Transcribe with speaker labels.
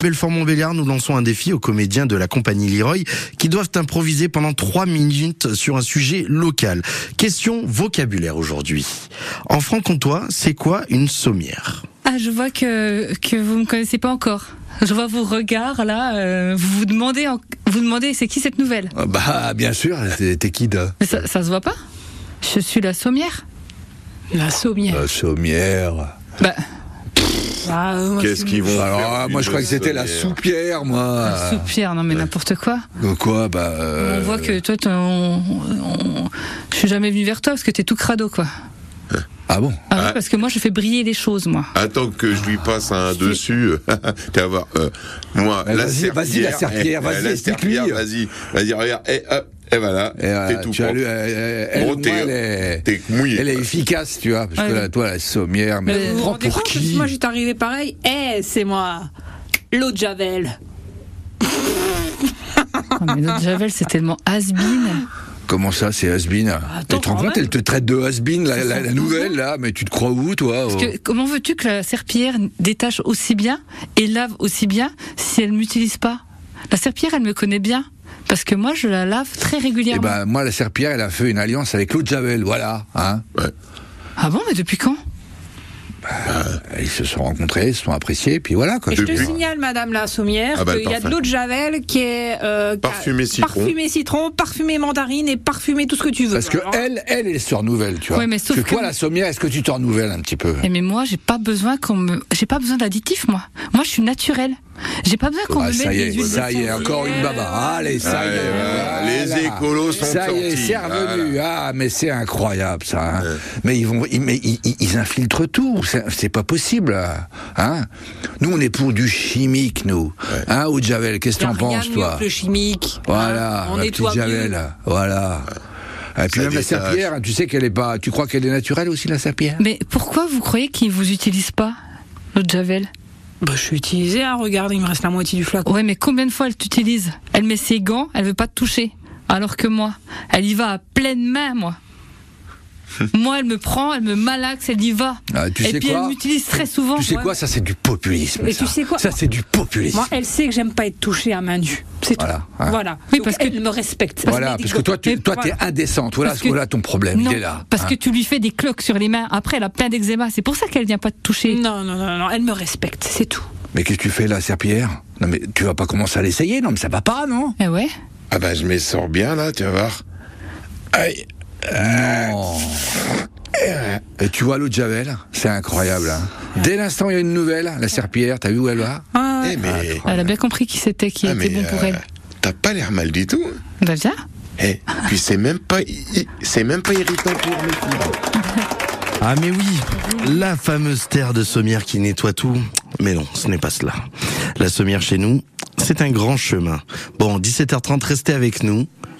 Speaker 1: Belfort Montbéliard, nous lançons un défi aux comédiens de la compagnie Leroy qui doivent improviser pendant trois minutes sur un sujet local. Question vocabulaire aujourd'hui. En franc-comtois, c'est quoi une sommière
Speaker 2: Ah, je vois que, que vous ne me connaissez pas encore. Je vois vos regards là, euh, vous vous demandez, en- vous demandez c'est qui cette nouvelle
Speaker 3: Ah Bah, bien sûr, t'es t'es qui de
Speaker 2: Mais ça, ça se voit pas Je suis la sommière.
Speaker 4: La sommière.
Speaker 3: La Sommière.
Speaker 2: Bah,
Speaker 4: Ah, euh, moi,
Speaker 5: Qu'est-ce
Speaker 4: c'est-
Speaker 5: qu'ils vont
Speaker 3: Alors,
Speaker 5: faire
Speaker 3: ah,
Speaker 5: d'une
Speaker 3: moi, je crois que c'était la
Speaker 5: sommière
Speaker 3: soupière, moi.
Speaker 2: un soupir, non mais n'importe quoi.
Speaker 3: Euh, Quoi Bah.
Speaker 2: On
Speaker 3: Ah. euh,
Speaker 2: voit que toi, t'es- on- on- je suis jamais venue vers toi parce que t'es tout crado quoi.
Speaker 3: Ah bon
Speaker 2: Ah, oui,
Speaker 5: Ah.
Speaker 2: parce que moi, je fais briller les choses moi.
Speaker 5: Attends que je lui passe un dessus. tu vas voir. euh, moi,
Speaker 3: Bah,
Speaker 5: la
Speaker 3: vas-y,
Speaker 5: serpillière.
Speaker 3: vas-y, la serpillière,
Speaker 5: eh,
Speaker 3: vas-y,
Speaker 5: la
Speaker 3: explique-lui.
Speaker 5: serpillière, vas-y. Vas-y, regarde. Et hop, et voilà.
Speaker 3: Eh, euh,
Speaker 5: T'es tout
Speaker 3: tu as lu,
Speaker 5: propre.
Speaker 3: euh, elle,
Speaker 5: Gros,
Speaker 3: au moins,
Speaker 5: t'es-
Speaker 3: elle est,
Speaker 5: T'es euh, mouillé.
Speaker 3: elle est efficace, tu vois. Parce que
Speaker 2: Ouais.
Speaker 3: là, toi, la sommière, mais,
Speaker 2: Mais
Speaker 3: tu
Speaker 4: Vous vous
Speaker 3: prends
Speaker 4: rendez
Speaker 3: pour
Speaker 4: compte parce que
Speaker 3: qui
Speaker 4: Moi, j'étais arrivé pareil. Eh, c'est moi. L'eau de Javel.
Speaker 3: Ah,
Speaker 2: Non, mais l'autre Javel, c'est tellement has-been.
Speaker 3: Comment ça, c'est Asbin
Speaker 4: Bah, Attends,
Speaker 3: Tu te rends
Speaker 4: quand
Speaker 3: compte,
Speaker 4: même.
Speaker 3: elle te traite de Asbin, la, la- la
Speaker 4: son
Speaker 3: nouvelle, là. Mais tu te crois où, toi
Speaker 2: Parce
Speaker 3: oh
Speaker 2: que comment veux-tu que la serpillière détache aussi bien et lave aussi bien si elle ne m'utilise pas La serpillière, elle me connaît bien. Parce que moi, je la lave très
Speaker 3: Eh
Speaker 2: régulièrement.
Speaker 3: ben, moi, la serpillère, elle a fait une alliance avec l'eau de Javel, voilà. Hein
Speaker 5: Ouais.
Speaker 2: Ah bon, mais depuis quand
Speaker 3: Ils se sont rencontrés, ils se sont appréciés, puis voilà, quoi.
Speaker 4: Et je te
Speaker 5: Depuis-
Speaker 4: signale, madame la sommière,
Speaker 5: Ah bah, le
Speaker 4: qu'il y a de
Speaker 5: parfum.
Speaker 4: l'eau de Javel qui est. euh, qui a-
Speaker 5: Parfumée citron.
Speaker 4: Parfumée citron, parfumée mandarine et parfumée tout ce que tu veux.
Speaker 3: Parce que eh,
Speaker 4: Alors,
Speaker 3: elle, elle, elle se renouvelle, tu vois.
Speaker 2: Ouais, mais sauf
Speaker 3: Parce que toi,
Speaker 2: que-
Speaker 3: la sommière, est-ce que tu t'en renouvelles un petit peu
Speaker 2: Eh, Mais moi, j'ai pas besoin qu'on me, j'ai pas besoin d'additifs, moi. Moi, je suis naturelle. J'ai pas besoin qu'on
Speaker 3: Ah,
Speaker 2: me mette
Speaker 3: ça y
Speaker 2: des
Speaker 3: est,
Speaker 2: huiles.
Speaker 3: ça
Speaker 2: de
Speaker 3: y est,
Speaker 2: sens.
Speaker 3: encore une baba. Allez, ça y
Speaker 5: Allez,
Speaker 3: est.
Speaker 5: voilà. Les écolos sont
Speaker 3: Ça y est,
Speaker 5: sortis.
Speaker 3: c'est revenu. Ah, mais c'est incroyable, ça. hein. Mais ils vont, ils, mais ils, ils- ils infiltrent tout. C'est c'est pas possible, hein. Nous, on est pour du chimique, nous. Hein, ou Javel, qu'est-ce que
Speaker 4: y a
Speaker 3: t'en
Speaker 4: rien
Speaker 3: penses,
Speaker 4: de mieux
Speaker 3: toi
Speaker 4: que Le chimique.
Speaker 3: Voilà,
Speaker 4: Hein, on
Speaker 3: la
Speaker 4: est
Speaker 3: petite Javel, voilà. Et puis
Speaker 5: Ça
Speaker 3: même la
Speaker 5: détache.
Speaker 3: serpillère, hein, tu sais qu'elle est pas. Tu crois qu'elle est naturelle aussi, la serpillère
Speaker 2: Mais pourquoi vous croyez qu'ils vous utilisent pas, l'autre Javel
Speaker 4: Bah, je suis utilisé, hein, regarde, il me reste la moitié du flacon.
Speaker 2: Ouais, mais combien de fois elle t'utilise Elle met ses gants, elle veut pas te toucher. Alors que moi, elle y va à pleine main, moi. moi, elle me prend, elle me malaxe, elle y va.
Speaker 3: Ah, tu
Speaker 2: Et
Speaker 3: sais
Speaker 2: puis
Speaker 3: quoi
Speaker 2: elle m'utilise très souvent.
Speaker 3: Tu sais
Speaker 2: Ouais.
Speaker 3: quoi Ça, c'est du populisme.
Speaker 4: Et
Speaker 3: ça.
Speaker 4: tu sais quoi
Speaker 3: Ça, c'est du populisme.
Speaker 4: Moi, elle sait que j'aime pas être touchée à main nue. C'est tout.
Speaker 3: Voilà, hein.
Speaker 4: Voilà.
Speaker 2: Oui,
Speaker 4: Donc,
Speaker 2: parce que-
Speaker 4: elle me respecte.
Speaker 3: voilà, parce que toi, tu
Speaker 2: Mais-
Speaker 3: toi,
Speaker 4: voilà.
Speaker 3: t'es indécente. Voilà,
Speaker 2: Parce
Speaker 3: ce-
Speaker 2: que-
Speaker 3: voilà ton problème.
Speaker 2: Non,
Speaker 3: il est là.
Speaker 2: parce
Speaker 3: hein.
Speaker 2: que tu lui fais des cloques sur les mains. Après, elle a plein d'eczéma. C'est pour ça qu'elle vient pas te toucher.
Speaker 3: Mm.
Speaker 4: Non, non, non, non, elle me respecte, c'est tout.
Speaker 3: Mais qu'est-ce que tu fais là, serpillère Non, mais tu vas pas commencer à l'essayer. Non, mais ça va pas, non
Speaker 2: Eh ouais.
Speaker 5: Ah bah, je m'y sors bien, là, tu vas voir. Aïe.
Speaker 3: Et tu vois l'eau de Javel C'est incroyable. hein. Dès l'instant, où il y a une nouvelle. La serpillère, t'as vu où elle va
Speaker 4: Ah,
Speaker 5: Eh, mais.
Speaker 2: Elle a bien compris qui c'était qui
Speaker 5: ah,
Speaker 2: était
Speaker 5: mais,
Speaker 2: bon pour
Speaker 5: euh,
Speaker 2: elle.
Speaker 5: T'as pas l'air mal du tout.
Speaker 2: Bah viens.
Speaker 5: Et puis c'est même pas, c'est même pas irritant pour le coup.
Speaker 1: Ah mais oui, la fameuse terre de sommière qui nettoie tout. Mais non, ce n'est pas cela. La sommière chez nous, c'est un grand chemin. Bon, 17h30, restez avec nous.